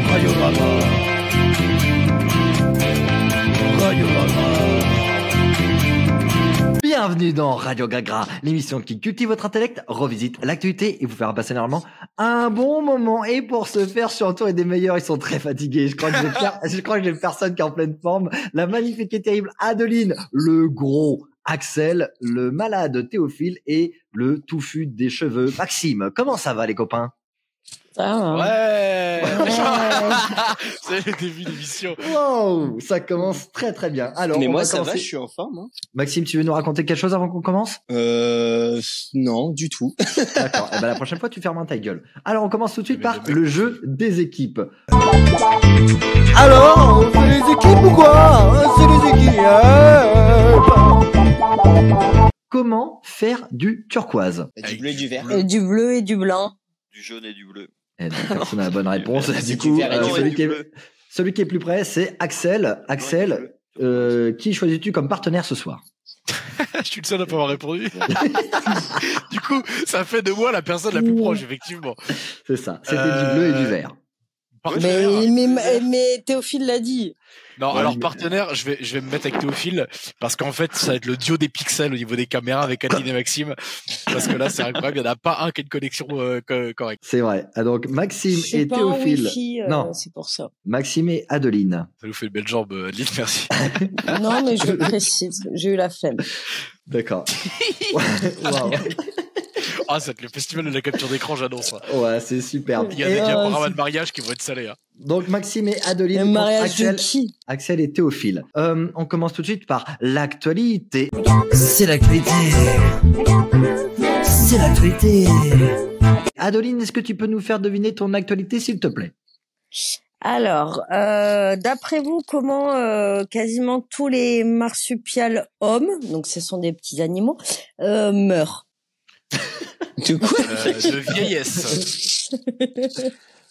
Lama. Radio Lama. Bienvenue dans Radio Gagra, l'émission qui cultive votre intellect, revisite l'actualité et vous fera passer normalement un bon moment. Et pour ce faire, je suis entouré des meilleurs, ils sont très fatigués. Je crois que j'ai, per- je crois que j'ai personne qui est en pleine forme. La magnifique et terrible Adeline, le gros Axel, le malade Théophile et le touffu des cheveux Maxime. Comment ça va les copains Ça hein. va. Ouais, Ouais. C'est le début de l'émission. Wow, ça commence très très bien. Alors, Mais on moi, va ça va, commencer. je suis en forme. hein. Maxime, tu veux nous raconter quelque chose avant qu'on commence Euh, s- non, du tout. D'accord. Eh ben, la prochaine fois, tu fermes ta gueule. Alors, on commence tout de suite Mais par non, mais- le jeu des équipes. Alors, on fait les équipes ou quoi C'est les équipes. Comment faire du turquoise Du bleu et du vert. Et du bleu et du blanc. Du jaune et du bleu. Eh ben, Personne n'a la bonne réponse. C'est Du du coup, vert et euh, du celui, bleu. qui est, celui qui est plus près, c'est Axel. Non, du Axel, bleu. euh, qui choisis-tu comme partenaire ce soir Je suis le seul à pas avoir répondu. du coup, ça fait de moi la personne la plus proche, effectivement. C'est ça. C'était du Euh, bleu et du vert. Partenaire. Mais, mais, mais, mais Théophile l'a dit. Non, Ouais, alors mais- partenaire, je vais, je vais me mettre avec Théophile parce qu'en fait, ça va être le duo des pixels au niveau des caméras avec Adeline et Maxime. Parce que là, c'est incroyable, il n'y en a pas un qui a une connexion euh, co- correcte. C'est vrai. Ah, Donc, Je Maxime suis et pas en Théophile. wifi, euh, Non. c'est pour ça. Maxime et Adeline. Ça nous fait une belle jambe, euh, Adeline, merci. Non, mais je le précise, j'ai eu la flemme. D'accord. Waouh. Ah, ça va être le festival de la capture d'écran, j'annonce. hein. Ouais, c'est superbe. Il y a Et, des euh, programmes c'est- de mariage qui vont être salés. hein. donc Maxime et Adeline, Le contre mariage de Axel, qui Axel et Théophile. Euh, on commence tout de suite par l'actualité. C'est l'actualité. C'est l'actualité. Adeline, est-ce que tu peux nous faire deviner ton actualité, s'il te plaît Alors, euh, d'après vous, comment euh, quasiment tous les marsupials hommes, donc ce sont des petits animaux, euh, meurent De quoi Euh, de vieillesse.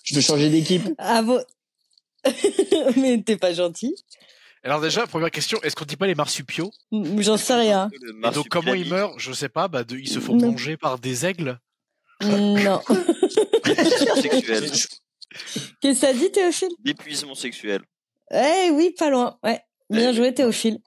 Je veux changer d'équipe. À vos... Ah, mais t'es pas gentil. Alors déjà, première question, est-ce qu'on dit pas les marsupiaux M- J'en sais rien. Le Et Donc comment ils marsupilamis. meurent Je sais pas, bah, de- ils se font Non. manger par des aigles. Non. D'épuisement sexuel. Qu'est-ce que ça dit, Théophile D'épuisement sexuel. Eh oui, pas loin. Ouais. Bien Eh, joué, Théophile.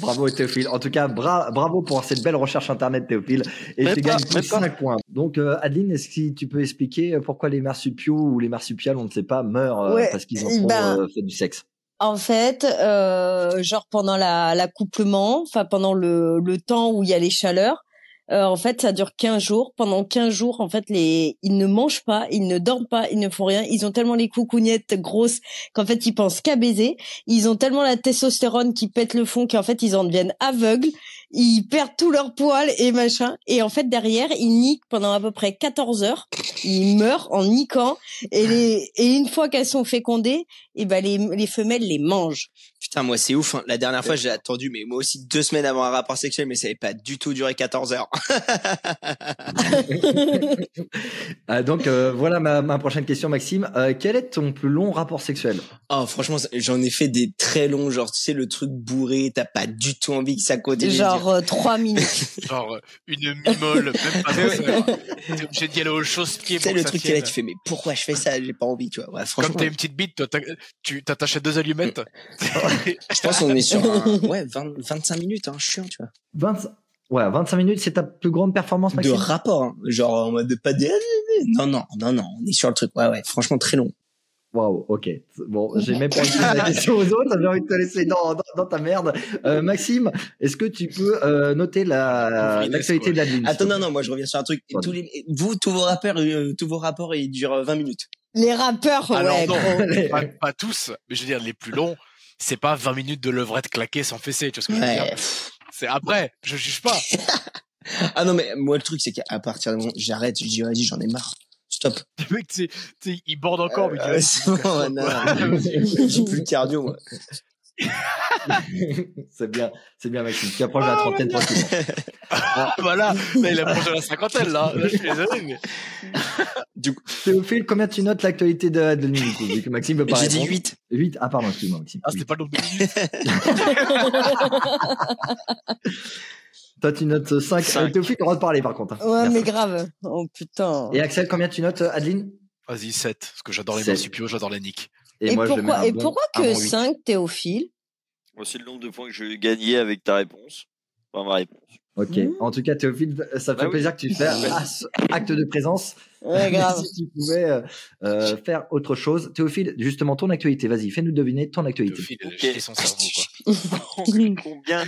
Bravo Théophile. En tout cas, bra- bravo pour cette belle recherche internet Théophile. Et Même tu pas, gagnes même pas. 5 points. Donc euh, Adeline, est-ce que tu peux expliquer euh, pourquoi les marsupiaux ou les marsupiales, on ne sait pas, meurent euh, Ouais, parce qu'ils ont eh bah, ben- fait du sexe En fait, euh, genre pendant la l'accouplement, enfin pendant le, le temps où il y a les chaleurs, euh, en fait, ça dure 15 jours. Pendant 15 jours, en fait, les ils ne mangent pas, ils ne dorment pas, ils ne font rien. Ils ont tellement les coucougnettes grosses qu'en fait, ils pensent qu'à baiser. Ils ont tellement la testostérone qui pète le fond qu'en fait, ils en deviennent aveugles. Ils perdent tout leur poil et machin. Et en fait, derrière, ils niquent pendant à peu près 14 heures. Ils meurent en niquant. Et, les, et une fois qu'elles sont fécondées, et ben les, les femelles les mangent. Putain, moi, c'est ouf. hein. La dernière fois, j'ai attendu, mais moi aussi, deux semaines avant un rapport sexuel, mais ça n'avait pas du tout duré 14 heures. Ah, Donc euh, voilà ma, ma prochaine question, Maxime. Euh, quel est ton plus long rapport sexuel Oh, franchement, ça- j'en ai fait des très longs, genre, tu sais, le truc bourré, t'as pas du tout envie que ça continue. Genre euh, trois minutes. genre euh, une mimole, même pas Ouais, sincère. T'es obligé d'y aller au chausse-pied C'est pour le que ça truc t'es là, tienne. tu fais, mais pourquoi je fais ça? J'ai pas envie, tu vois. Ouais, franchement. Comme t'as une petite bite, toi, t'as- tu t'attaches à deux allumettes. Je pense qu'on est sur un, ouais, 20 25 minutes, hein, chiant, tu vois. 25... Ouais, 25 minutes, c'est ta plus grande performance, De Maxime rapport, hein. genre en mode de pas de... ah. Non, non, non, non, on est sur le truc, ouais, ouais, franchement très long. Waouh, ok. Bon, j'ai même pas envie de poser la question aux autres, j'ai envie de te laisser dans, dans, dans ta merde. Euh, Maxime, est-ce que tu peux euh, noter la- Ouvrir l'actualité de la ligne Attends, non, non, moi je reviens sur un truc. Pardon. Tous les, vous, tous vos rapports, euh, tous vos rapports, ils durent euh, 20 minutes. les rappeurs, Ah Alors ouais, non. gros. pas, pas tous, mais je veux dire, les plus longs, c'est pas 20 minutes de levrette claquée sans fessée, tu vois ce que je veux Ouais. dire C'est après, je juge pas. Ah non, mais moi le truc, c'est qu'à partir du moment où j'arrête, je dis, vas-y, j'en ai marre. Stop. Le mec, tu sais, tu sais, il borde encore, mais tu Euh, c'est bon, ouais, non, non. J'ai plus le cardio, moi. c'est bien, c'est bien, Maxime. Tu approches de la Oh, trentaine tranquillement. ah, bah là, là, il approche de la cinquantaine, là. Là, je suis désolé, mais Théophile, combien tu notes l'actualité de, de Lille, du coup, vu que Maxime veut pas J'ai dit répondre 8. 8 Ah, pardon, excuse-moi, Maxime. ah, c'était pas le nombre de minutes. Toi, tu notes 5. Cinq. Théophile, on va te parler par contre. hein. Ouais, Merci. mais grave. Oh putain. Et Axel, combien tu notes, euh, Adeline Vas-y, 7, parce que j'adore les Sept. marsupiaux, j'adore les niques. Et, Et, moi, je le mets pourquoi, un et bon- pourquoi un que bon huit. 5 Théophile Voici le nombre de points que j'ai gagné avec ta réponse. Enfin, ma réponse. Ok. Mmh. En tout cas, Théophile, ça fait Bah oui. plaisir que tu fasses as- acte de présence. Ouais, grave. si tu pouvais euh, euh, faire autre chose. Théophile, justement, ton actualité. Vas-y, fais-nous deviner ton actualité. Théophile, Ok. jeter son cerveau, quoi. Combien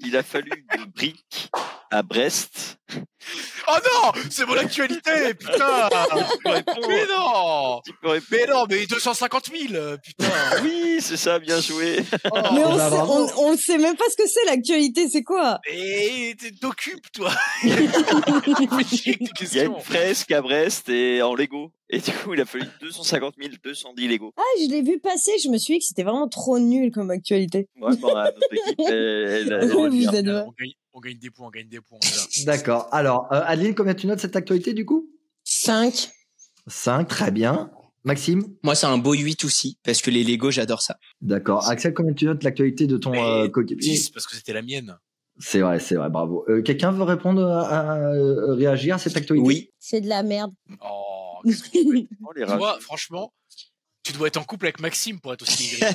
il a fallu de briques à Brest Oh non C'est mon actualité Putain Mais non Tu peux répondre. Mais non, mais 250 000 euh, Putain Oui, c'est ça, bien joué. Oh, Mais Oh, on, bah, sait, bravo. on, on sait même pas ce que c'est l'actualité, c'est quoi Mais t'es- t'occupes, toi Il y a une fresque à Brest et en Lego. Et du coup, il a fallu 250 000, 210 Lego. Ah, je l'ai vu passer, je me suis dit que c'était vraiment trop nul comme actualité. Ouais, bon, bah, notre équipe, elle, elle- Euh, elle- Vous elle- êtes- On gagne, on gagne des points, on gagne des points. on est là. D'accord. Alors, euh, Adeline, combien tu notes cette actualité du coup 5 5, très bien. Maxime Moi, c'est un beau 8 aussi, parce que les Lego, j'adore ça. D'accord. Axel, combien tu notes l'actualité de ton Mais euh, coéquipier 10, parce que c'était la mienne. C'est vrai, c'est vrai, bravo. Euh, Quelqu'un veut répondre à, à- euh, réagir à cette actualité Oui. C'est de la merde. Oh, qu'est-ce Eh que tu peux être- Oh, les rats. Toi, franchement, tu dois être en couple avec Maxime pour être aussi aigri.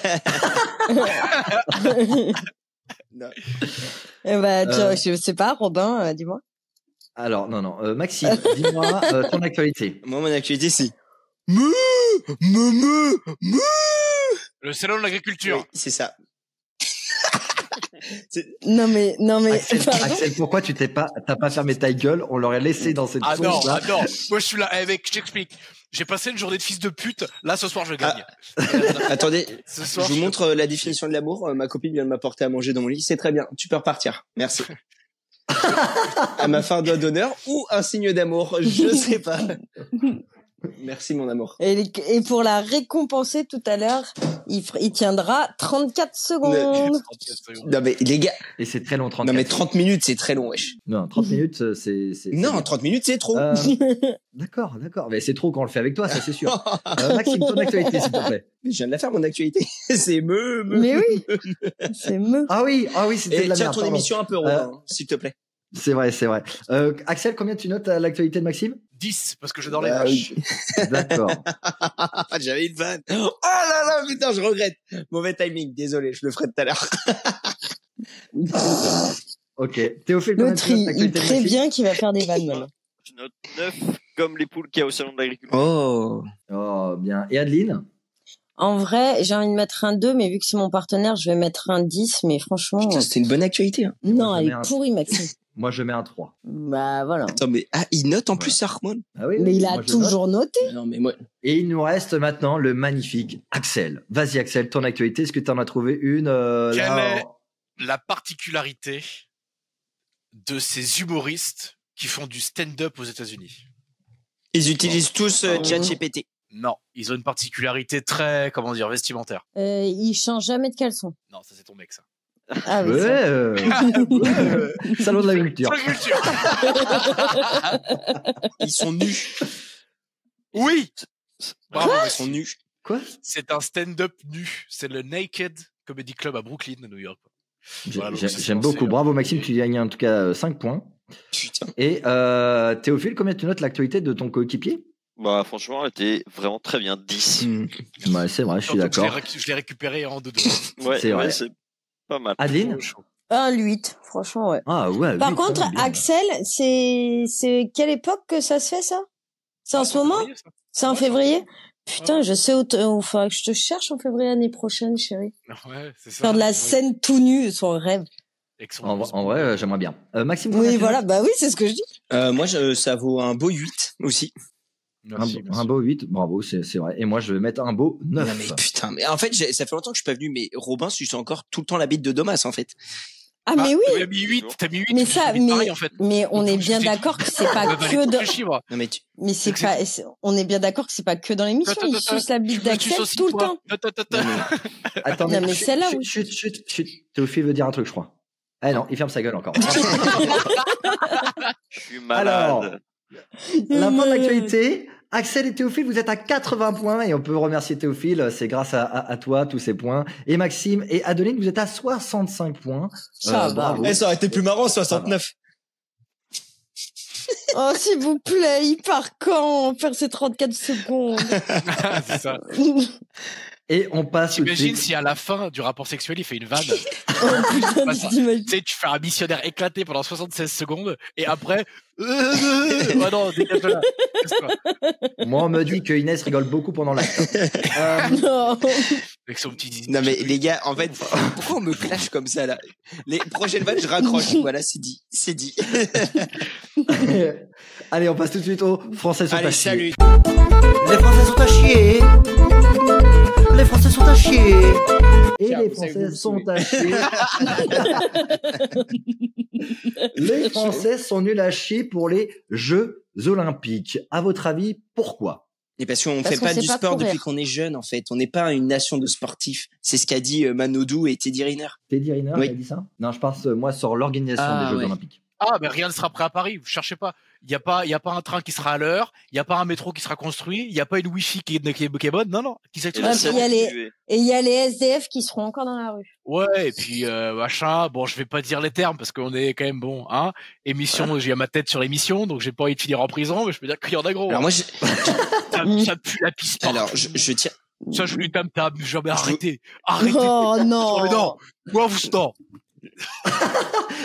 Non. Eh ben, tu- Euh. je sais pas, Robin, euh, dis-moi. Alors, non, non. Euh, Maxime, dis-moi euh, ton actualité. Moi, mon actualité, c'est Mou, mou, mou, mou. Le salon de l'agriculture. Oui, c'est ça. Non mais, non mais, Axel, pardon. Axel, pourquoi tu t'es pas, t'as pas fermé ta gueule On l'aurait laissé dans cette Ah non, sauce là. bah. ah non. Moi, je suis là. Eh, mec, je t'explique. J'ai passé une journée de fils de pute. Là, ce soir, je gagne. Euh, Attendez, ce Ah, je soir, vous montre euh, la définition de l'amour. Euh, Ma copine vient de m'apporter à manger dans mon lit. C'est très bien. Tu peux repartir. Merci. à ma fin doigt d'honneur ou un signe d'amour. Je sais pas. Merci, mon amour. Et, les- et pour la récompenser tout à l'heure, il, fr- il tiendra 34 secondes. Non, mais les gars, Et c'est très long, 30 non, mais 30 minutes, c'est très long, wesh. Non, 30 minutes, euh, c'est. c'est- Non, c'est- 30 minutes, c'est trop. Euh, d'accord, d'accord. Mais c'est trop quand on le fait avec toi, ça c'est sûr. Euh, Maxime, ton actualité, s'il te plaît. Mais je viens de la faire, mon actualité. c'est me, me. Mais oui, c'est me. Ah oui, ah oui, c'était Et de la tiens merde. ton pardon. Euh. émission un peu, Robin, hein, s'il te plaît. C'est vrai, c'est vrai. Euh, Axel, combien tu notes à l'actualité de Maxime Euh, 10, parce que j'adore les Bah vaches. D'accord. Ah, j'avais une vanne. Oh là là, putain, je regrette. Mauvais timing, désolé, je le ferai tout à l'heure. Ok. Théophile, combien L'autre, tu notes il, il l'actualité de Maxime prévient qu'il va faire des vannes maintenant. Je note 9 comme les poules qu'il y a au salon de l'agriculture. Oh. Oh, bien. Et Adeline En vrai, j'ai envie de mettre un 2, mais vu que c'est mon partenaire, je vais mettre un 10, mais franchement, Putain, c'était une bonne actualité. hein. non, moi, je elle mets un- est pourrie, Maxime. Moi, je mets un 3. bah voilà. Attends, mais ah, il note en plus Harmon. Ah oui, Mais oui, il a moi, je note. toujours noté. Non, mais moi. Et il nous reste maintenant le magnifique Axel. Vas-y, Axel, ton actualité, est-ce que tu en as trouvé une euh, là, Quelle est- en- La particularité de ces humoristes qui font du stand-up aux États-Unis. Ils utilisent tous euh, ChatGPT. Non, ils ont une particularité très, comment dire, vestimentaire. Euh, il change jamais de caleçon. Non, ça c'est ton mec ça. Ah oui. Ouais, ça. euh, Salon de l'agriculture. Agriculture. Ils sont nus. Oui. Bravo, Ah Ils sont nus. Quoi C'est un stand-up nu. C'est le Naked Comedy Club à Brooklyn, à New York. J'ai- Voilà, donc j'ai- ça, c'est J'aime lancé, beaucoup. hein. Bravo, Maxime, tu gagnes en tout cas 5 points. Putain. Et euh, Théophile, combien tu notes l'actualité de ton coéquipier Bah, franchement, elle était vraiment très bien. 10. Hmm. Ouais, Bah, C'est vrai, je suis Surtout que d'accord. l'ai récu- Je l'ai récupéré en deux deux. Ouais, C'est ouais, vrai. c'est pas mal. Adeline Un 8, franchement, ouais. Ah ouais. Par oui, quand contre, même, bien. Axel, c'est c'est quelle époque que ça se fait ça C'est en ce moment C'est en Ouais, février Putain, Ouais. je sais où, te- où faudra que je te cherche en février l'année prochaine, chérie. Ouais, c'est ça. Faire de la Ouais. scène tout nu, son rêve. Avec son- En, vrai- en vrai, euh, j'aimerais bien. Euh, Maxime, combien Oui, tu voilà, notes bah oui, c'est ce que je dis. Euh, moi, je- ça vaut un beau 8 aussi. Un, Merci, merci. un beau 8, bravo, c'est c'est vrai. Et moi, je vais mettre un beau 9. Non, mais putain. Mais en fait, j'ai- ça fait longtemps que je suis pas venu, mais Robin, tu suis encore tout le temps la bite de Domas, en fait. Ah, Bah, mais oui, T'as mis 8, t'as mis 8. mais ça, mais, Pareil, en fait. mais on Donc, est je bien t'ai- d'accord que c'est pas Ouais, bah, que les dans, couches libres. Non, mais tu. mais c'est Donc, pas, c'est- on est bien d'accord que c'est pas que dans l'émission, Attends, il attends, suce la bite d'Axel tout le temps. Non, mais- Attends, Non, mais chut, celle-là, chut, oui. chut, chut, chut. Théophile veut dire un truc, je crois. Ah non, il ferme sa gueule encore. Je suis malade. Alors, La fin de l'actualité. Axel et Théophile, vous êtes à 80 points et on peut remercier Théophile, c'est grâce à, à- à toi tous ces points. Et Maxime et Adeline, vous êtes à 65 points. Ça Euh, va. bravo. Eh, ça aurait été plus marrant, 69. Oh, s'il vous plaît, il part quand faire ces 34 secondes c'est ça. Et on passe tout de T'imagines suite. si à la fin du rapport sexuel, il fait une vanne. tu Oh putain, Pas tu ça. t'imagines. sais, tu fais un missionnaire éclaté pendant 76 secondes et après. Euh, oh non, dégage de là. Casse-toi. Moi, on me dit que Inès rigole beaucoup pendant l'acte. Ah Euh, Non. Avec son petit. Non mais les gars, en fait, pourquoi on me clash comme ça là Les prochaines vannes, je raccroche. Voilà, c'est dit, c'est dit. Allez, on passe tout de suite aux Français sont Allez, assis. salut. Les Français sont à chier. Les Français sont à chier. Et Tiens, les vous savez, Français vous sont saoulez. à chier. les Français sont nuls à chier pour les Jeux Olympiques. À votre avis, pourquoi Et parce qu'on Parce fait qu'on pas sait du pas sport courir. depuis qu'on est jeune, en fait. On n'est pas une nation de sportifs. C'est ce qu'a dit euh, Manodou et Teddy Riner. Teddy Riner Oui. qui a dit ça Non, je pense, euh, moi, sur l'organisation Ah, des Jeux ouais. Olympiques. Ah, mais rien ne sera prêt à Paris, vous cherchez pas. Il n'y a, pas- y a pas un train qui sera à l'heure, il n'y a pas un métro qui sera construit, il n'y a pas une Wi-Fi qui est, qui est- qui est bonne, non, non, qui s'active. Ouais, c'est puis bon. y a les- tuer. Et il y a les SDF qui seront encore dans la rue. Ouais, et puis euh, machin, bon, je vais pas dire les termes parce qu'on est quand même bon, hein. Émission, j'ai ma tête sur l'émission, donc j'ai pas envie de finir en prison, mais je peux dire qu'il y en a gros. Alors hein. moi, je, ça, Mm. ça pue la piste. alors je, je tiens. Ça, je lui t'aime, t'as jamais arrêté. Arrêtez. Oh Oh, mais non. non, moi, vous, non.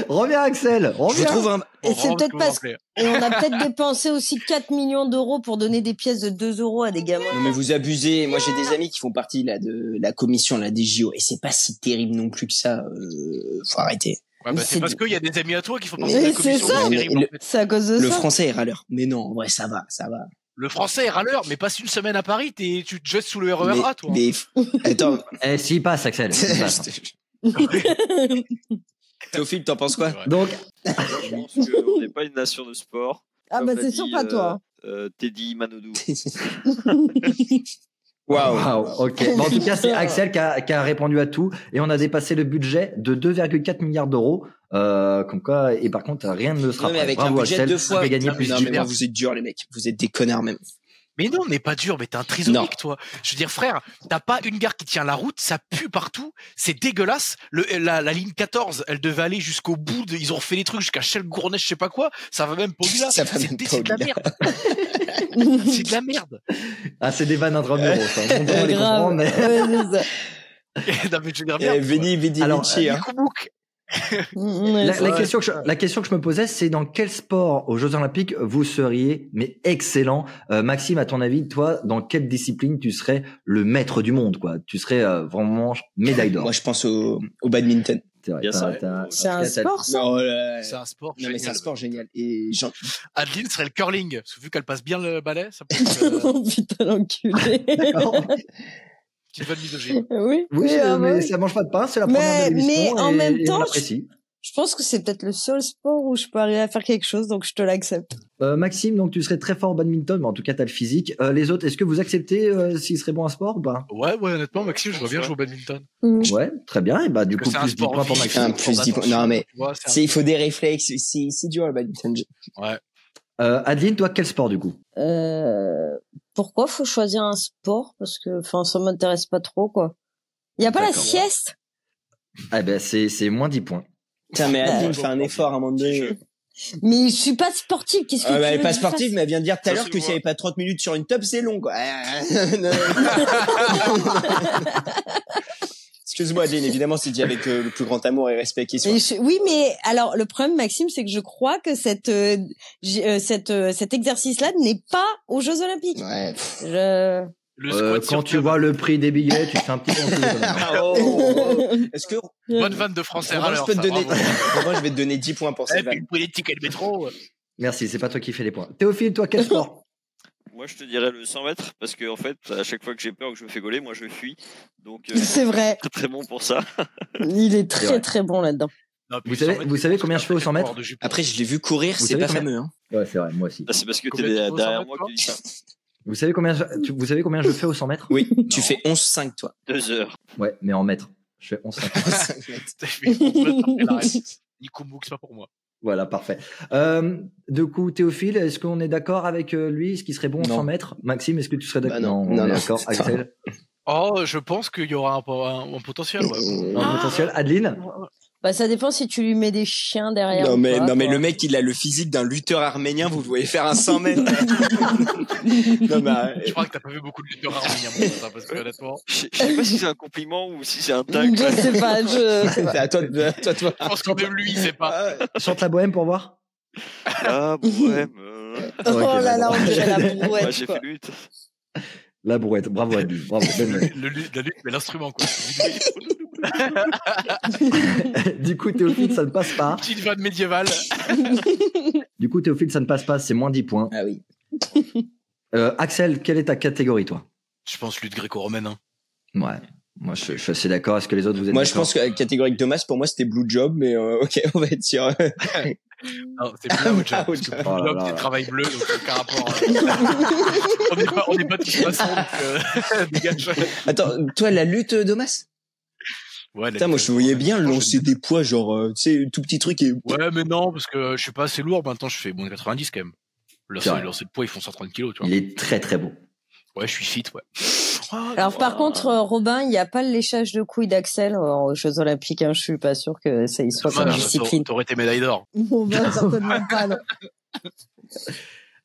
Reviens, Axel Je Reviens trouve un. Et c'est Orange, peut-être vous parce- oh, vous rappelez. Et on a peut-être dépensé aussi 4 millions d'euros pour donner des pièces de 2 euros à des gamins. Non mais vous abusez. Moi j'ai des amis qui font partie là de la commission là des JO et c'est pas si terrible non plus que ça. Euh, faut arrêter. Ouais, bah, c'est c'est- parce qu'il y a des amis à toi qui font partie Mais de la c'est commission. ça. c'est terrible, en fait. C'est à cause de Le ça. français est râleur. Mais non, en vrai ça va, ça va. Le français est râleur, mais passe une semaine à Paris, t'es- tu te jettes sous le mais, RER A, toi. mais f- attends. Eh, s'il passe, Axel. s'il passe. Théophile, t'en penses quoi Donc, Je pense qu'on n'est pas une nation de sport. ah Comme bah l'a c'est dit, sûr pas euh, toi. euh, Teddy Manodou. Waouh. waouh, ok. Bon, en tout cas, c'est Axel qui a, qui a répondu à tout et on a dépassé le budget de 2,4 milliards d'euros. Euh, comme quoi, et par contre, rien ne sera Non mais prêt. avec Bravo, un budget Axel, de deux fois. tu as gagné Non, plus non, du mais milliard. vous êtes durs les mecs. Vous êtes des connards même. Mais non, on n'est pas dur, mais t'es un Non. trisomique, toi. Je veux dire, frère, t'as pas une gare qui tient la route, ça pue partout, c'est dégueulasse. Le, la, la ligne 14, elle devait aller jusqu'au bout, de- ils ont refait les trucs jusqu'à Chelgournet, je sais pas quoi, ça va même pas au-delà. Ça va C'est même pas c'est de la au-delà. merde, c'est de la merde. Ah, c'est des vannes intramuros, ça. On comprend, on les comprend, Grave. mais... Ouais, c'est ça. non, mais je veux dire, Eh, merde. Vini, Vidi, Alors, euh, Vici, hein. Les Koubouk. Ouais, La, c'est la vrai. question que je, la question que je me posais, c'est dans quel sport aux Jeux Olympiques vous seriez mais excellent Euh, Maxime, à ton avis, toi, dans quelle discipline tu serais le maître du monde quoi Tu serais euh, vraiment médaille d'or. Moi, je pense au, au badminton. C'est vrai, Bien t'as- ça. t'as- C'est en un tout cas, t'as- sport ça. Non, là, C'est un sport. non mais c'est un génial. sport génial. Et j'en- Adeline serait le curling, parce que vu qu'elle passe bien le balai, ça peut être euh, Oh putain l'enculé. une bonne misogyne. oui. Oui, mais, euh, ah, mais ouais. ça mange pas de pain, c'est la Mais- première de mais l'émission. en et- même et on temps, l'apprécie. Je pense que c'est peut-être le seul sport où je peux arriver à faire quelque chose donc je te l'accepte. Euh, Maxime, donc tu serais très fort au badminton, mais en tout cas, t'as le physique. Euh, les autres, est-ce que vous acceptez euh, s'il serait bon à sport ou pas Ouais, ouais, honnêtement, Maxime, je vois bien jouer au badminton. Ouais, très bien. Et bah, du Parce que coup, c'est un plus 10 sport points pour vif, Maxime. Un on plus porte 10 points. attention, Non, mais tu vois, c'est un- c'est- il faut des réflexes. C'est c'est dur le badminton. Euh, Adeline, toi, quel sport du coup Euh, pourquoi faut choisir un sport parce que enfin ça m'intéresse pas trop quoi. Il y a pas la D'accord. sieste Eh ben, c'est c'est moins 10 points. Putain, mais Adeline Ouais. fait un effort à un moment Je- donné. Mais Ah, je suis pas sportive, qu'est-ce que Ah, tu bah, veux elle est pas que je fasse sportive, mais elle vient de dire tout à Ça l'heure se que s'il n'y voit. avait pas 30 minutes sur une top, c'est long, quoi. Non, non. Excuse-moi, Adeline, évidemment, c'est dit avec euh, le plus grand amour et respect qui soit. Et je- oui, mais alors le problème, Maxime, c'est que je crois que cette, euh, j'ai- euh, cette, euh, cet exercice-là n'est pas aux Jeux Olympiques. Ouais. pff. Je... Le Euh, squat quand sur tu club. vois le prix des billets, tu fais un petit peu. Ah, oh, oh, oh. Est-ce que Bonne vanne de français Romain, râleur. je peux te ça, donner. bravo. Romain, je vais te donner 10 points pour Eh, cette puis vanne. le prix des tickets de métro. Merci, c'est pas toi qui fais les points. Théophile, toi, quel sport Moi, je te dirais le 100 mètres parce que, en fait, à chaque fois que j'ai peur ou que je me fais gauler, moi, je fuis. Donc, euh, je suis C'est vrai, très, très bon pour ça. il est C'est vrai. très très bon là-dedans. Non, puis le Vous savez- 100 mètres, vous savez combien c'est je fais au 100 mètres hors de jupe. Après, je l'ai vu courir, c'est savez pas combien- fameux. Hein. Ouais, c'est vrai, moi aussi. Là, Bah, C'est parce que t'es Combien tu fais au 100 derrière mètres, moi toi que tu dis ça. Vous savez combien je, tu- vous savez combien je fais aux 100 mètres Oui, tu fais 11-5, toi. Deux heures. Ouais, mais en mètres. Je fais 11 mètres. 11,5 mètres. T'as fait une grosse après la reste. Nico Mouk, c'est pas pour moi. Voilà, parfait. Euh, du coup, Théophile, est-ce qu'on est d'accord avec euh, lui Ce qui serait bon aux Non. 100 mètres Maxime, est-ce que tu serais d'accord Bah non, on non, est non. d'accord. Putain. Axel, Euh, Oh, je pense qu'il y aura un, po- un- un potentiel. ouais. dans le potentiel. Adeline Bah, ça dépend si tu lui mets des chiens derrière. Non ou mais, pas, non mais quoi. le mec, il a le physique d'un lutteur arménien, vous le voyez faire un 100 mètres. non, mais, euh, Je crois que t'as pas vu beaucoup de lutteurs arméniens, mon pote, hein, parce que honnêtement, Je je sais pas si c'est un compliment ou si c'est un tag. Je sais pas, je sais pas. c'est à toi de, à toi de voir. je pense que même lui, il sait pas. Ah, Chante la bohème pour voir. Ah, ouais, euh, Oh là là, on dirait la moi brouette. j'ai quoi. fait lutte. La brouette. Bravo, Adli. Bravo. bonne blague. Le, lu- la lutte, mais l'instrument, quoi. du coup, Théophile, ça ne passe pas. Petite vanne médiévale. Du coup, Théophile, ça ne passe pas. C'est moins 10 points. Ah oui. Euh, Axel, quelle est ta catégorie, toi Je pense lutte gréco-romaine. hein. Ouais. Moi, je, je suis assez d'accord. Est-ce que les autres, vous êtes Moi, je d'accord pense que la catégorie de Thomas, pour moi, c'était Blue Job, mais euh, ok, on va être sûr. Non, c'est plus la Ah, Blue Job, parce que Blue Blue Job. Oh là Job, là. c'est travail bleu, donc aucun rapport. euh. on n'est pas, on n'est pas de toute façon, donc, euh, dégage. Attends, toi, la lutte, euh, Thomas Ouais, la Putain, moi, lutte je voyais bien gréco-romaine, lancer des poids, genre, euh, tu sais, tout petit truc et... Ouais, mais non, parce que je suis pas assez lourd. Maintenant, je fais moins de 90 quand même. Leur C'est vrai. lancer de poids, ils font 130 kilos, tu vois. Il est très, très beau. Ouais, je suis fit, ouais. oh, Alors par contre, euh, Robin, il n'y a pas le léchage de couilles d'Axel euh, aux Jeux Olympiques. Hein, je suis pas sûr que ça y soit comme Voilà, discipline. t'aurais- T'aurais été médaille d'or. Bon, bah, certainement pas, non.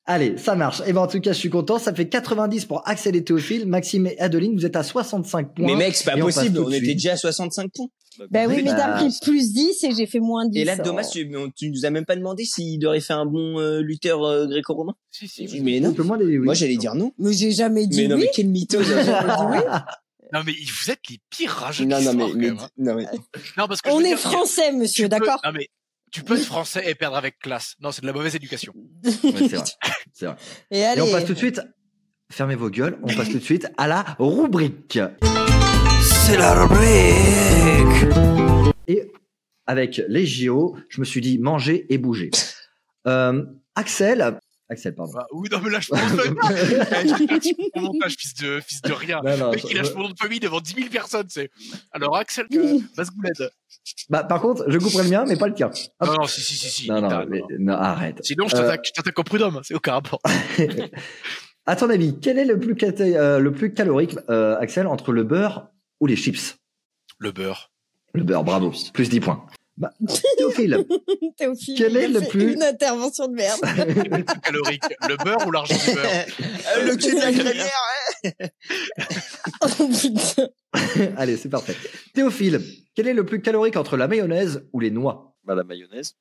Allez, ça marche. Et ben, en tout cas, je suis content. Ça fait 90 pour Axel et Théophile. Maxime et Adeline, vous êtes à 65 points. Mais mec, c'est pas Et on passe possible, tout de on était suite. déjà à 65 points. Ben oui, mais Bah. t'as pris plus 10 et j'ai fait moins 10. Et là, hein. Thomas, tu, mais on- tu nous as même pas demandé s'il aurait fait un bon euh, lutteur euh, gréco-romain. Si, si. Mais Un non, peu moins des- oui. moi, j'allais dire non. Mais j'ai jamais dit Mais non, oui. mais hein, quel mythos Non, mais vous êtes les pires rageux Non, de non, l'histoire, mais, quand mais- même. hein. non, mais- Non, parce que je On veux est dire, français, tu monsieur, peux- d'accord Non, mais tu peux être français et perdre avec classe. Non, c'est de la mauvaise éducation. Ouais, c'est vrai. C'est vrai. Et allez. Et on passe tout de suite. Fermez vos gueules. On passe tout de suite à la rubrique. C'est la rubrique. Et avec les JO, je me suis dit manger et bouger. Euh, Axel. Axel, pardon. Bah, oui, non, mais là, je pense pas. Eh, je te lâche mon montage, fils de, fils de rien. Non, non, Mec, il lâche je- mon nom de famille devant 10 000 personnes, c'est. Alors, Axel, que... Basgoulette. bah, par contre, je couperai le mien, mais pas le tien. Hop. Non, non, si, si, si, si. Ah, Non, non, t'as- mais- Euh. non, arrête. Sinon, je t'attaque, je t'attaque au prud'homme. C'est aucun rapport. À ton avis, quel est le plus, caté- euh, le plus calorique, euh, Axel, entre le beurre ou les chips Le beurre. Le beurre, bravo. Plus 10 points. Bah, Théophile, Théophile, Quel il a est le fait plus- Une intervention de merde. calorique. Le beurre ou l'argent du beurre Euh, le cul de la crémière, Oh, putain. allez, c'est parfait. Théophile, quel est le plus calorique entre la mayonnaise ou les noix Bah, la mayonnaise.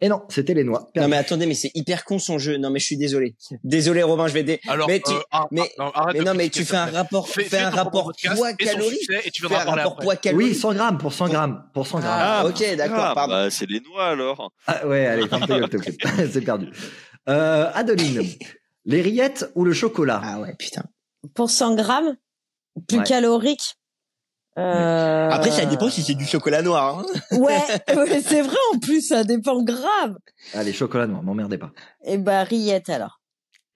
Et non, c'était les noix. Non mais attendez, mais c'est hyper con son jeu. Non mais je suis désolé. Désolé Robin, je vais dé... Alors, Mais tu- euh, ah, mais- ah, non, arrête Mais de non mais critiquer, tu fais un s'il te plaît. rapport, Fais- fais fais un ton rapport propre podcast poids et son calorie, succès, et tu fais vas un parler rapport après. poids Oui, calorie. 100 grammes, pour 100 grammes, pour 100 grammes. Ah, ok d'accord, Ah, pardon. bah, c'est les noix alors. Ah, ouais, allez, ferme ta gueule, Théophile. c'est perdu. Euh, Adeline, les rillettes ou le chocolat Ah ouais putain. Pour 100 grammes, plus Ouais. calorique. Euh... Après ça dépend si c'est du chocolat noir. Hein. Ouais, ouais, c'est vrai en plus, ça dépend grave. Allez, chocolat noir, m'emmerdez pas. Et bah, Riette alors.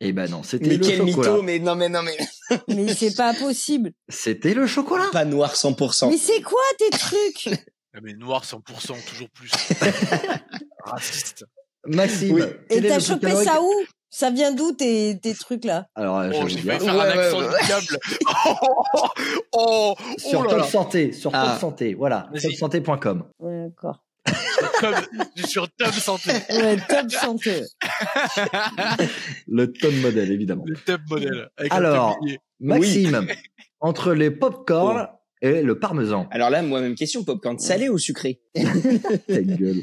Eh ben non, c'était Mais le quel chocolat. mytho, mais non mais non mais Mais c'est pas possible. C'était le chocolat. pas noir 100%. Mais c'est quoi tes trucs Ah, Mais noir 100%, toujours plus. Ah, Raciste. Ah, Maxime. Oui. quel Et est le t'as plus chopé calorique ça où Ça vient d'où tes, tes trucs là Alors, euh, je Oh, vais vous j'ai dire. failli faire un Ouais, ouais, accent ouais, du diable. Oh, oh, oh, oh, Sur là Top là. Santé, sur Ah. Top Santé, voilà, Vas-y. topsanté.com. Ouais, D'accord. Tom- sur Tom Santé, Ouais, top santé. Le top modèle, évidemment. le top modèle. Avec Alors. un tablier. Maxime, entre les popcorn et le parmesan. Alors là, moi même question, popcorn salé ou sucré Ta gueule.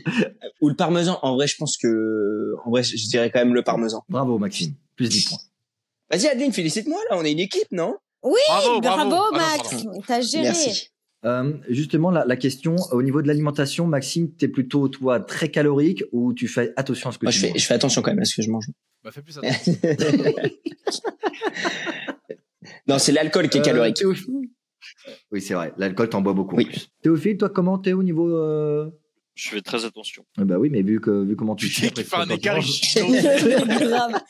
Ou le parmesan En vrai, je pense que en vrai, je dirais quand même le parmesan. Bravo, Maxime. Plus 10 points. Vas-y Adeline, félicite-moi là, on est une équipe, non bravo, Bravo, bravo. Ah, non, Max, pardon. t'as géré. Merci. Euh, justement, la, la question, euh, au niveau de l'alimentation, Maxime, t'es plutôt, toi, très calorique ou tu fais attention à ce que Moi tu je fais, manges je fais attention quand même à ce que je mange. Bah, fais plus attention. Non, c'est l'alcool qui est Euh, calorique. Théophile- Oui, c'est vrai. L'alcool, t'en bois beaucoup. en Oui. plus. Théophile, toi, comment t'es au niveau... Euh... Je fais très attention. eh Bah oui, mais vu, que, vu comment tu... Tu sais qu'il fait un écart. il chie dans- grave.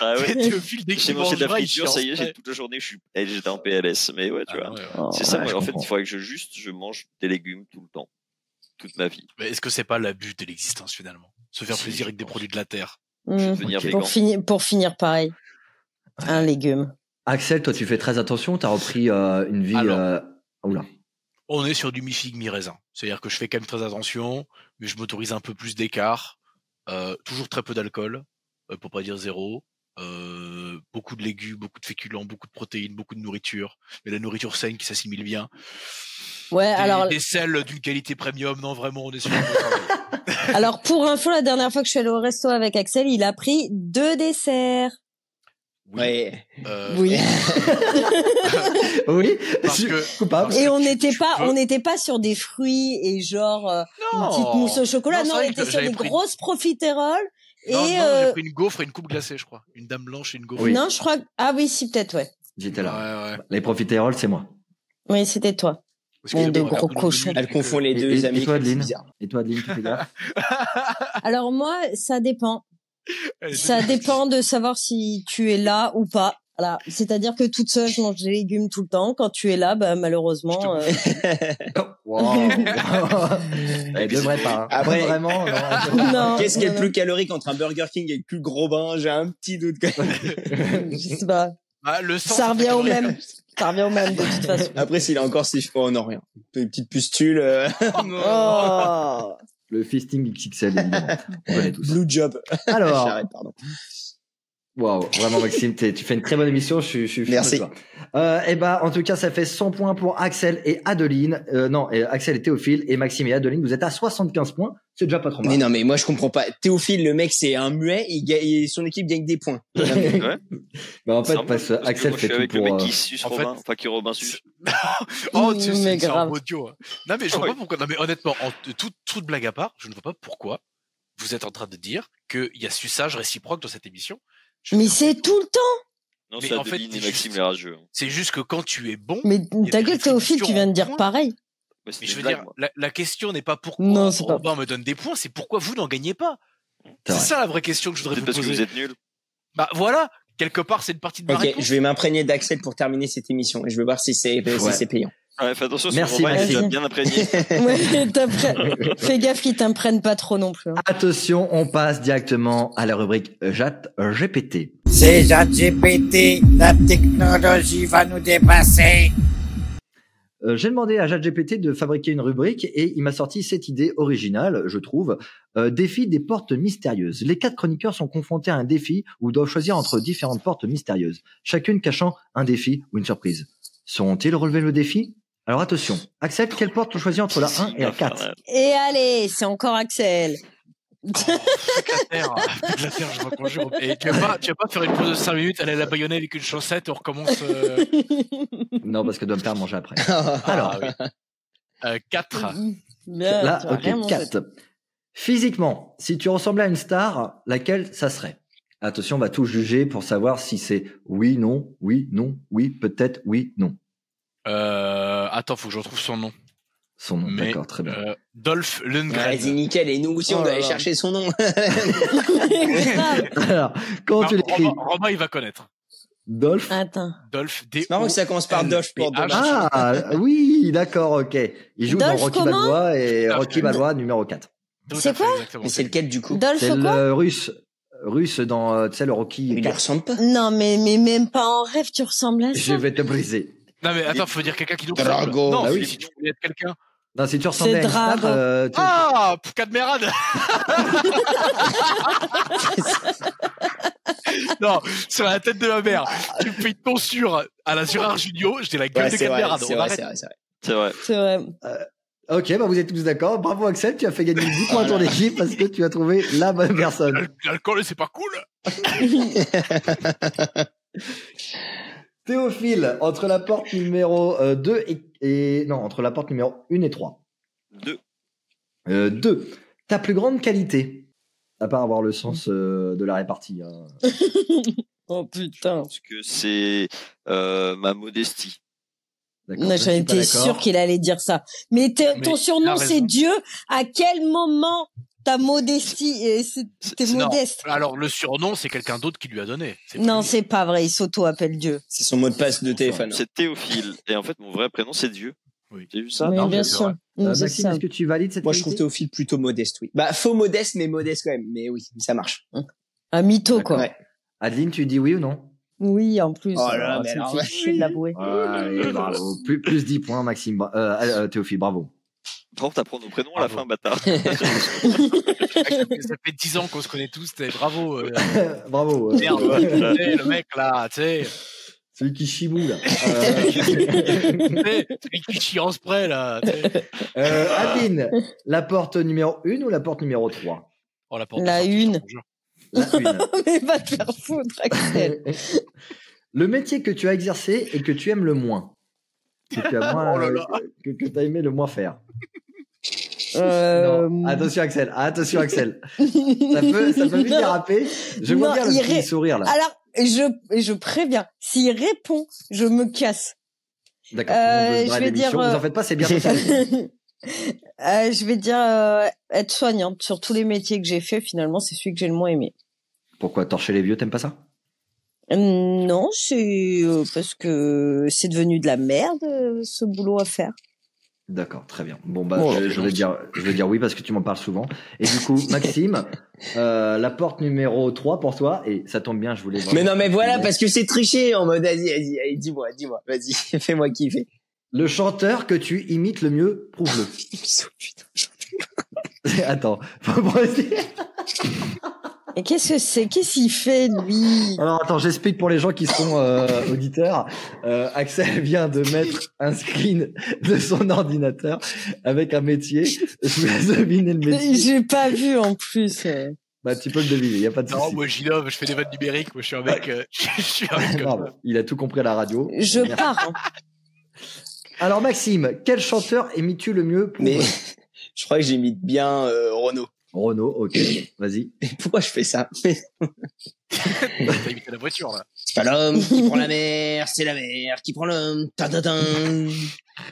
Ah ouais. Théophile, dès J'ai qu'il mangé de la mangera, il chie friture, en ça y est, j'ai vrai. toute la journée, je suis- eh, j'étais en PLS. Mais ouais, tu Ah, vois. ouais, ouais. Oh. C'est ça, ouais, moi, je en fait, comprends. il faudrait que je juste, je mange des légumes tout le temps. Toute ma vie. Mais est-ce que c'est pas l'abus de l'existence finalement Se faire Si, plaisir je avec des pense. produits de la terre. Je vais Mmh. devenir Ok. végan. Pour finir, pour finir pareil. Un légume. Axel, toi, tu fais très attention. T'as repris euh, une vie... Alors. euh, Oula. on est sur du mi-figue, mi-raisin. C'est-à-dire que je fais quand même très attention, mais je m'autorise un peu plus d'écart. Euh, toujours très peu d'alcool, euh, pour pas dire zéro. Euh, beaucoup de légumes, beaucoup de féculents, beaucoup de protéines, beaucoup de nourriture. Mais la nourriture saine qui s'assimile bien. Ouais, Euh, Des, alors des sels d'une qualité premium. Non, vraiment, on est sur. un bon travail. Alors pour info, la dernière fois que je suis allée au resto avec Axel, il a pris deux desserts. Oui. Ouais. Euh, Oui. Oui, Parce je- que- coupable. parce Et que on Ah, tu- n'était tu pas, peux- on n'était pas sur des fruits et genre euh, une petite mousse au chocolat. Oh. Non, c'est Non, on vrai était que sur des j'avais pris- grosses profiteroles. Et Non, non, euh, j'ai pris une gaufre et une coupe glacée, je crois. Une dame blanche et une gaufre. Oui. non, je crois. que- Ah oui, si peut-être, ouais. J'étais là. Ouais, ouais. Les profiteroles, c'est moi. Oui, c'était toi. Excusez-moi, des on a gros perdu une cochons. minute, Elle mais confond que- les Et- deux et- amis. et toi, c'est Adeline bizarre. Et toi, Adeline, tu fais gaffe Alors moi, ça dépend. Elle est Ça dégoûtée. dépend de savoir si tu es là ou pas. Voilà. C'est-à-dire que toute seule, je mange des légumes tout le temps. Quand tu es là, bah malheureusement. euh, Wow. Oh. Elle devrait pas. hein. Après- Vraiment, non, elle devrait non. Qu'est-ce qui est non, le plus calorique entre un Burger King et le plus gros bain J'ai un petit doute quand même. non, Je sais pas. Ah, le sang, Ça fait revient au calorique. même. Ça revient au même de toute façon. Après, s'il a encore ses cheveux, oh non, rien. Une petite pustule. euh, Oh. Le fisting XXL, évidemment. On connaît tous. Blue job. Oh. Alors, J'arrête, pardon. Waouh, vraiment Maxime, t'es- tu fais une très bonne émission, je suis, je suis fier de Merci. toi. Euh, et bah, en tout cas, ça fait 100 points pour Axel et Adeline. Euh, non, et Axel et Théophile et Maxime et Adeline, vous êtes à 75 points. C'est déjà pas trop Mais mal. non, mais moi je comprends pas. Théophile, le mec, c'est un muet. Il ga- et son équipe gagne des points. Ouais. Bah, en fait, Ensemble, parce que parce que Axel moi, je fait suis avec tout le pour. mec euh, qui suce en Robin, enfin qui Robin suce. Oh, Mmh, tu sais, mais c'est c'est grave. un audio. hein. Non, mais je Ah vois pas pourquoi. Non, mais honnêtement, en t- toute, toute blague à part, je ne vois pas pourquoi vous êtes en train de dire qu'il y a suçage réciproque dans cette émission. Je veux Mais dire, c'est tout le temps. Non, Mais c'est en fait, Adeline et c'est Maxime juste- les rageux. hein. C'est juste que quand tu es bon, Mais des ta gueule, Théophile, tu viens de dire réflexions en pareil. Mais c'est mais une je veux blague, dire, moi. la, la question n'est pas pourquoi Non, c'est pas- Robin me donne des points, c'est pourquoi vous n'en gagnez pas. C'est C'est vrai. ça la vraie question que je voudrais Peut-être vous parce que poser. vous êtes nuls. Bah voilà, quelque part, c'est une partie de ma Ok, réponse. je vais m'imprégner d'Axel pour terminer cette émission et je vais voir si c'est Ouais. si c'est payant. Ouais, fais attention, Merci, Robin, il est déjà Maxime. bien imprégné. Ouais, t'apprends- Fais gaffe qu'ils t'imprennent pas trop non plus. hein. Attention, on passe directement à la rubrique Jat GPT. C'est GPT, la technologie va nous dépasser. Euh, J'ai demandé à ChatGPT de fabriquer une rubrique et il m'a sorti cette idée originale, je trouve. Euh, défi des portes mystérieuses. Les quatre chroniqueurs sont confrontés à un défi ou doivent choisir entre différentes portes mystérieuses, chacune cachant un défi ou une surprise. Sauront-ils relever le défi Alors attention, Axel, quelle porte on choisit entre la 1 et la 4 Infernal. Et allez, c'est encore Axel. Oh, faites la terre, faites la terre, je vous conjure. Et tu vas pas, tu vas pas faire une pause de 5 minutes, aller à la baïonnette avec une chaussette et on recommence. euh, Non, parce que doit me faire manger après. Ah Alors, 4. Ah. Bien, Là, Euh, tu vas rien ok, manger. 4. Physiquement, si tu ressemblais à une star, laquelle ça serait Attention, on va tout juger pour savoir si c'est oui, non, oui, non, oui, peut-être, oui, non. Euh, attends, faut que je retrouve son nom. Son nom, Mais, d'accord, très bien. Euh, Dolph Lundgren. Vas-y, nickel. Et nous aussi, on Oh doit là aller là. chercher son nom. Grave. Alors, quand Non, tu l'écris, Romain, Romain, il va connaître. Dolph. Attends. Dolph D. C'est marrant que ça commence par L- Dosh pour P- H. Dosh. Ah, oui, d'accord, ok. Il joue Dolph dans Rocky comment Balboa et Dolph Rocky Lundgren. Balboa numéro 4. C'est quoi Mais c'est lequel du coup Dolph C'est Ah, quoi le russe. Russe dans, euh, tu sais, le Rocky Il ne 4. ressemble pas. Non, mais, mais même pas en rêve, tu ressembles à Je ça. vais te briser. Non, mais attends, faut dire quelqu'un qui nous ressemble. Drago. Non, Bah si oui. si tu voulais être quelqu'un. Non, si tu ressemblais à une star, Drago. euh, tu- Ah, Cadmerad Non, sur la tête de ma mère, tu me fais une tonsure à la Gérard Junio, j'ai la gueule Ouais, de c'est vrai, Cadmerad. c'est On vrai, c'est arrête. vrai, c'est vrai. C'est vrai. C'est vrai. Ok, bah vous êtes tous d'accord. Bravo Axel, tu as fait gagner 10 points à ton équipe parce que tu as trouvé la bonne personne. L'al- L'alcool, c'est pas cool. Théophile, entre la porte numéro 2 et, et- Non, entre la porte numéro 1 et 3. Deux. 2. Ta plus grande qualité À part avoir le sens euh, de la répartie. hein. Oh putain. Parce que c'est euh, ma modestie. D'accord, je Non, Bah, J'en suis pas étais d'accord. sûr qu'il allait dire ça. Mais, t'es- Mais ton il a surnom, raison. c'est Dieu. À quel moment ta modestie et c'est- C'est- t'es c'est- non. modeste Alors, le surnom, c'est quelqu'un d'autre qui lui a donné. pas Non, lui. c'est pas vrai. Il s'auto-appelle Dieu. C'est son mot de passe de téléphone. C'est Théophile. Et en fait, mon vrai prénom, c'est Dieu. Oui. J'ai vu ça Mais non, bien mais c'est sûr. vrai. Euh, Non, c'est Maxime, ça. est-ce que tu valides cette Moi, je trouve qualité Théophile plutôt modeste, oui. Bah, faux modeste, mais modeste quand même. Mais oui, ça marche. Un mytho, quoi. Ouais. Adeline, tu dis oui ou non Oui, en plus. Oh là là, alors, mais ça me alors, fait ouais. chier de l'avouer. Ouais, bravo. Plus, plus 10 points, Maxime. Bra- Euh, euh, Théophile, bravo. Par contre, t'apprends nos prénoms à la Bravo. fin, bâtard. Ah, Ça fait 10 ans qu'on se connaît tous, t'es bravo. euh, bravo. euh, merde, euh, t'es le mec là, tu sais, Celui qui Euh, chimou, là. t'es- celui qui chie en spray là. t'sais. Euh, euh, Adeline, la porte numéro 1 ou la porte numéro 3 Oh, la porte de La sortie, une. je te jure. La une. mais va te faire foutre, Axel. le métier que tu as exercé et que tu aimes le moins. Que tu as moins, Oh là euh, là. que, que t'as aimé le moins faire. Euh, Non, Attention Axel, attention Axel. Ça peut, ça peut vite déraper. Je Non, vois bien le il petit ré- sourire là. Alors, je, je préviens, s'il répond, je me casse. D'accord. tout le monde euh, veut se barrer je vais de l'émission. dire, Vous euh, en faites pas, c'est bien. Euh, je vais dire euh, être soignante sur tous les métiers que j'ai fait. Finalement, c'est celui que j'ai le moins aimé. Pourquoi torcher les vieux T'aimes pas ça Hum, Non, c'est euh, parce que c'est devenu de la merde euh, ce boulot à faire. D'accord, très bien. Bon bah, Oh, Bon, je, alors, je vais dire, je vais dire oui parce que tu m'en parles souvent. Et du coup, Maxime, euh, la porte numéro 3 pour toi. Et ça tombe bien, je voulais. Mais non, mais voilà, Bon. parce que c'est triché en mode, vas-y, vas-y, allez, dis-moi, dis-moi, vas-y, fais-moi kiffer. Le chanteur que tu imites le mieux, prouve-le. Bisous, putain. Attends, faut pas essayer. Et qu'est-ce que c'est Qu'est-ce qu'il fait lui Alors attends, j'explique pour les gens qui sont euh, auditeurs. Euh, Axel vient de mettre un screen de son ordinateur avec un métier. Je vous laisse deviner le métier. Euh, J'ai pas vu en plus. euh. Bah tu peux le deviner, il y a pas de Non, souci. moi j'innove, je fais des vannes numériques, moi je suis un mec, euh, je suis un mec comme Bravo, il a tout compris à la radio. Je Merci. pars. hein. Alors Maxime, quel chanteur imites-tu le mieux pour Mais je crois que j'imite bien euh, Renaud. Renaud, ok, vas-y. Mais pourquoi je fais ça Mais ça, t'as imité la voiture là. C'est pas l'homme qui prend la mer, c'est la mer qui prend l'homme. Tin, tin, tin.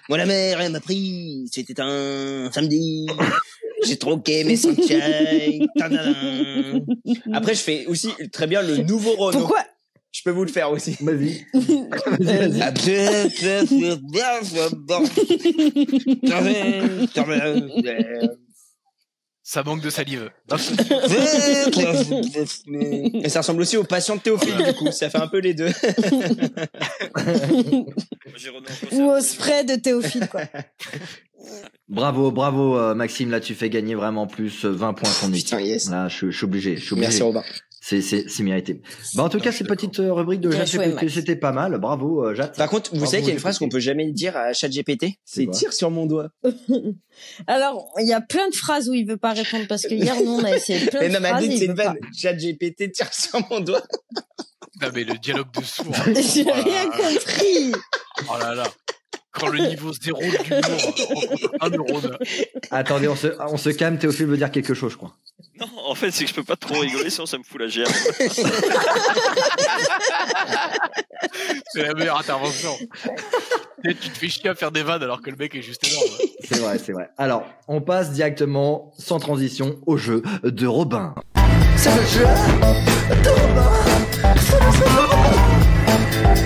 Moi, la mer, elle m'a pris. C'était un samedi. J'ai troqué mes sunshine. Tin, tin, tin. Après, je fais aussi très bien le nouveau Renaud. Pourquoi je peux vous le faire aussi. Ah, Vas-y. Vas-y, vas-y. Ça manque de salive. Et ça ressemble aussi au patient de Théophile, du coup. Ça fait un peu les deux. J'ai Renaud hein. en Ou au concert. spray de Théophile quoi. Bravo, bravo euh, Maxime, là tu fais gagner vraiment plus euh, 20 points ton équipe. Putain, yes. Là, je, je suis obligé, je suis obligé. Merci, Robin. C'est, c'est, c'est mérité. Bah, en tout Non, cas, je suis cette petite euh, rubrique de Bien Jade, joué, c'était, Max. c'était pas mal. Bravo, euh, Jade. Par contre, vous Bravo, savez qu'il y a une GPT. phrase qu'on peut jamais dire à ChatGPT C'est C'est quoi tire sur mon doigt. Alors, il y a plein de phrases où il veut pas répondre parce que hier nous on a essayé plein Mais de non, phrases. et Madeline, il c'est une veut pas. vanne. ChatGPT tire sur mon doigt. Non mais le dialogue de sourd. J'ai Oh là rien là. compris. Oh là là. Quand le niveau zéro de l'humour rencontre un neurone. Attendez, on se, on se calme. Théophile veut dire quelque chose, je crois. Non, en fait, c'est que je peux pas trop rigoler, sinon ça me fout la gerbe. C'est la meilleure intervention. Et tu te fais chier à faire des vannes alors que le mec est juste énorme. C'est vrai, c'est vrai. Alors, on passe directement, sans transition, au jeu de Robin. C'est le jeu de Robin. C'est le jeu de Robin.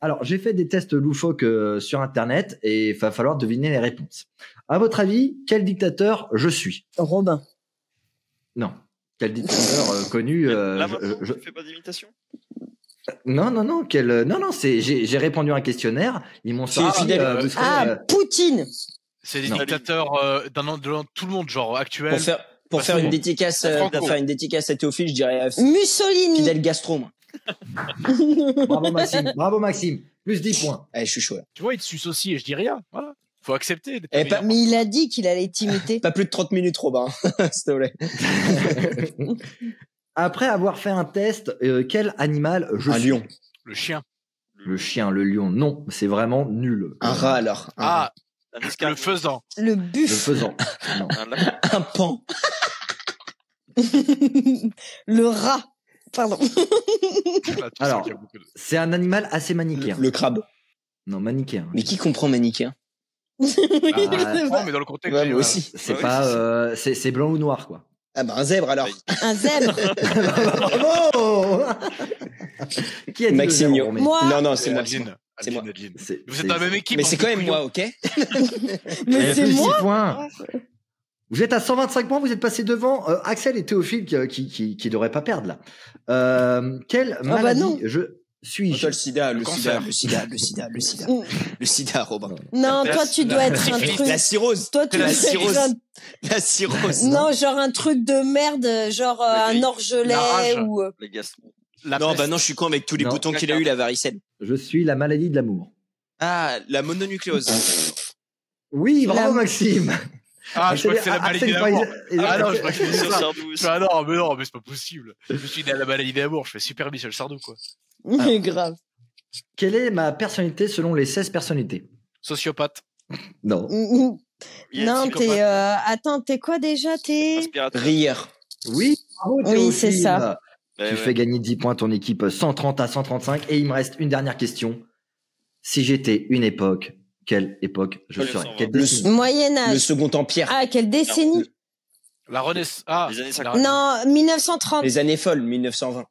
Alors, j'ai fait des tests loufoques euh, sur Internet et il va falloir deviner les réponses. À votre avis, quel dictateur je suis Robin. Non. Quel dictateur euh, connu euh, Là, je- maintenant, je- tu fais pas d'imitation Non, non, non. Quel... euh, Non, non, c'est... J'ai, j'ai répondu à un questionnaire. Ils m'ont sorti... fidèle. euh, vous serez, Ah, euh, Poutine. C'est des Non. dictateurs euh, d'un an- de l'an- tout le monde, genre actuel. Pour faire, pour Parce faire que- une dédicace, euh, Franco. pour faire une dédicace à Théophile, je dirais euh, Mussolini. Fidel Gastro, moi. Bravo Maxime, bravo Maxime. Plus 10 points. Eh, je suis chaud. là. Tu vois, il te suce aussi et je dis rien. Voilà. Faut accepter. d'être Eh, meilleur. Bah, Mais il a dit qu'il allait t'imiter. Pas plus de 30 minutes, Robin. S'il te plaît. Après avoir fait un test, euh, quel animal je suis ben- Le chien. Le chien, le lion, non, c'est vraiment nul. Euh, Un rat, alors. Un, Ah, Un le escargot faisan. Le Le buff. faisan. Non. Un lapin un pan. le rat. Pardon. Là, tu Alors. sens qu'il y a beaucoup de- C'est un animal assez manichéen. Le crabe. Non, manichéen. Mais qui comprend manichéen Ah, Ah, je comprends, mais dans le contexte. Ouais, j'ai- moi aussi. C'est Ah oui, pas, c'est ça. euh, c'est c'est blanc ou noir quoi. Ah bah un zèbre alors. Un zèbre. Bravo Qui a dit Maxime le Yo. zèbre, mais- Moi. Non non C'est c'est moi. c'est moi. Adeline. C'est moi. Adeline, Adeline. C'est- Vous êtes dans la c'est- même équipe. Mais hein, c'est quand même couillon. moi, ok Elle a Mais c'est plus moi. six points. Vous êtes à 125 points, vous êtes passé devant euh, Axel et Théophile qui euh, qui, qui, qui devraient pas perdre là. Euh, Ah quelle bah maladie non. je suis Toi, le sida, le sida, cancer. le sida, le sida, le sida, Mm. le sida, Robin. Non, La- toi, tu dois la- être un la- truc. La cirrhose, Toi, tu la dois cirrhose. être un la cirrhose. Non, genre un truc de merde, genre euh, La- un la- orgelet rage. ou. euh, les gastro. La Non, peste. bah non, je suis con avec tous les Non. boutons qu'il a eu, la varicelle. Je suis la maladie de l'amour. Ah, la mononucléose. Oui, bravo La- Maxime. Ah, je crois que c'est la maladie de l'amour. Ah, non, je crois que c'est Sur ça. Sardouze. Ah non, mais non, mais c'est pas possible. Je suis né à la maladie d'amour, je fais super Michel Sardou, quoi. Ah. grave. Quelle est ma personnalité selon les 16 personnalités Sociopathe. Non. Mm, mm. Il y a un Non, psychopathe t'es. euh, Attends, t'es quoi déjà T'es. aspirateur. Rire. Oui, bravo Oui, Théophile. c'est ça. Ouais, Tu ouais. fais gagner 10 points ton équipe 130 à 135 et il me reste une dernière question. Si j'étais une époque, quelle époque je Le serais sang, Quelle le décennie Le Moyen-Âge. second empire. Ah, quelle décennie La Renaissance. Ah, Les années la- 50. Non, 1930. Les années folles, 1920.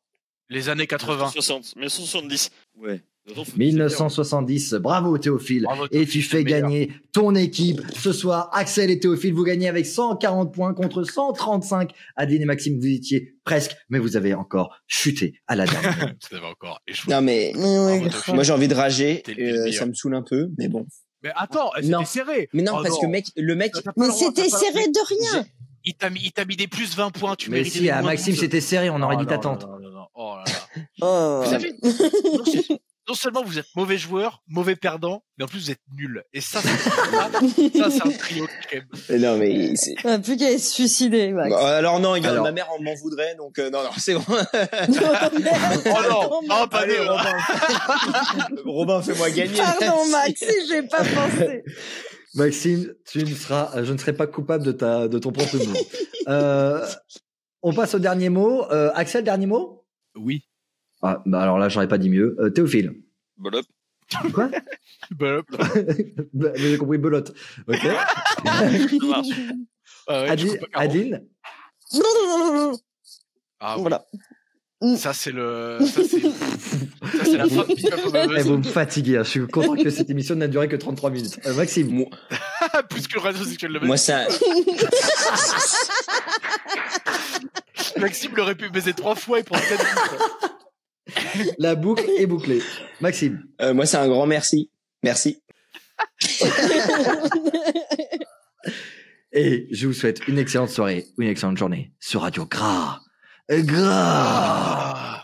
Les années 80. 1960, 1970. Ouais. De toute façon, faut- 1970, bravo Théophile. Bravo, Et Théophile, tu fais Ah, le meilleur. gagner ton équipe ce soir. Axel et Théophile, vous gagnez avec 140 points contre 135. Adeline et Maxime, vous étiez presque, mais vous avez encore chuté à la dernière. Ça avait encore échoué. Non, Ouais, mais Bravo, grave. Tokyo. moi, j'ai envie de rager. T'es le euh, meilleur. ça me saoule un peu, mais bon. Mais attends, elle Non. s'était serrée. Mais non, Oh parce que mec, le mec, T'as pas le Mais droit, c'était t'as pas le- serré de rien. Il t'a mis, il t'a mis des plus 20 points, tu mais mérites si, à Maxime, c'était serré, on aurait dit ta tante. Non, non, non, Oh là là. Oh. Vous savez, non, c'est- non seulement vous êtes mauvais joueur, mauvais perdant, mais en plus vous êtes nul. Et ça, c'est ça, c'est un trio qui est- non, mais c'est- Ah, Plus qu'à se suicider, Max. Bon, Bah. alors non, regarde, Alors. ma mère en m'en voudrait, donc euh, non, non, c'est bon. Non, merde, Oh pardon, non, hein. Max. non, pas Allez, nous. Robin, Robin fais-moi gagner. Pardon, Max, j'ai pas pensé. Maxime, tu ne seras, euh, je ne serai pas coupable de ta, de ton propre mot. Euh, on passe au dernier mot. Euh, Axel, dernier mot? Oui. Ah, bah alors là, j'aurais pas dit mieux. Euh, Théophile. Bolop. Bah, Bah, J'ai compris, belote. Ok. Ça marche. ah ouais, du Adi- coup, pas Caro. Adeline, Ah oui. Voilà. Ça, c'est le. Ça, c'est ça, c'est la fin de Big Bang eh, Theory. vous me fatiguez. hein. Je suis content que cette émission n'a duré que 33 minutes. Euh, Maxime. Plus que le réseau sexuel de Moi, c'est un- Maxime l'aurait pu baiser trois fois et pour cette La boucle est bouclée. Maxime. euh, moi, c'est un grand merci. Merci. Et je vous souhaite une excellente soirée, une excellente journée sur Radio Gras. Gras.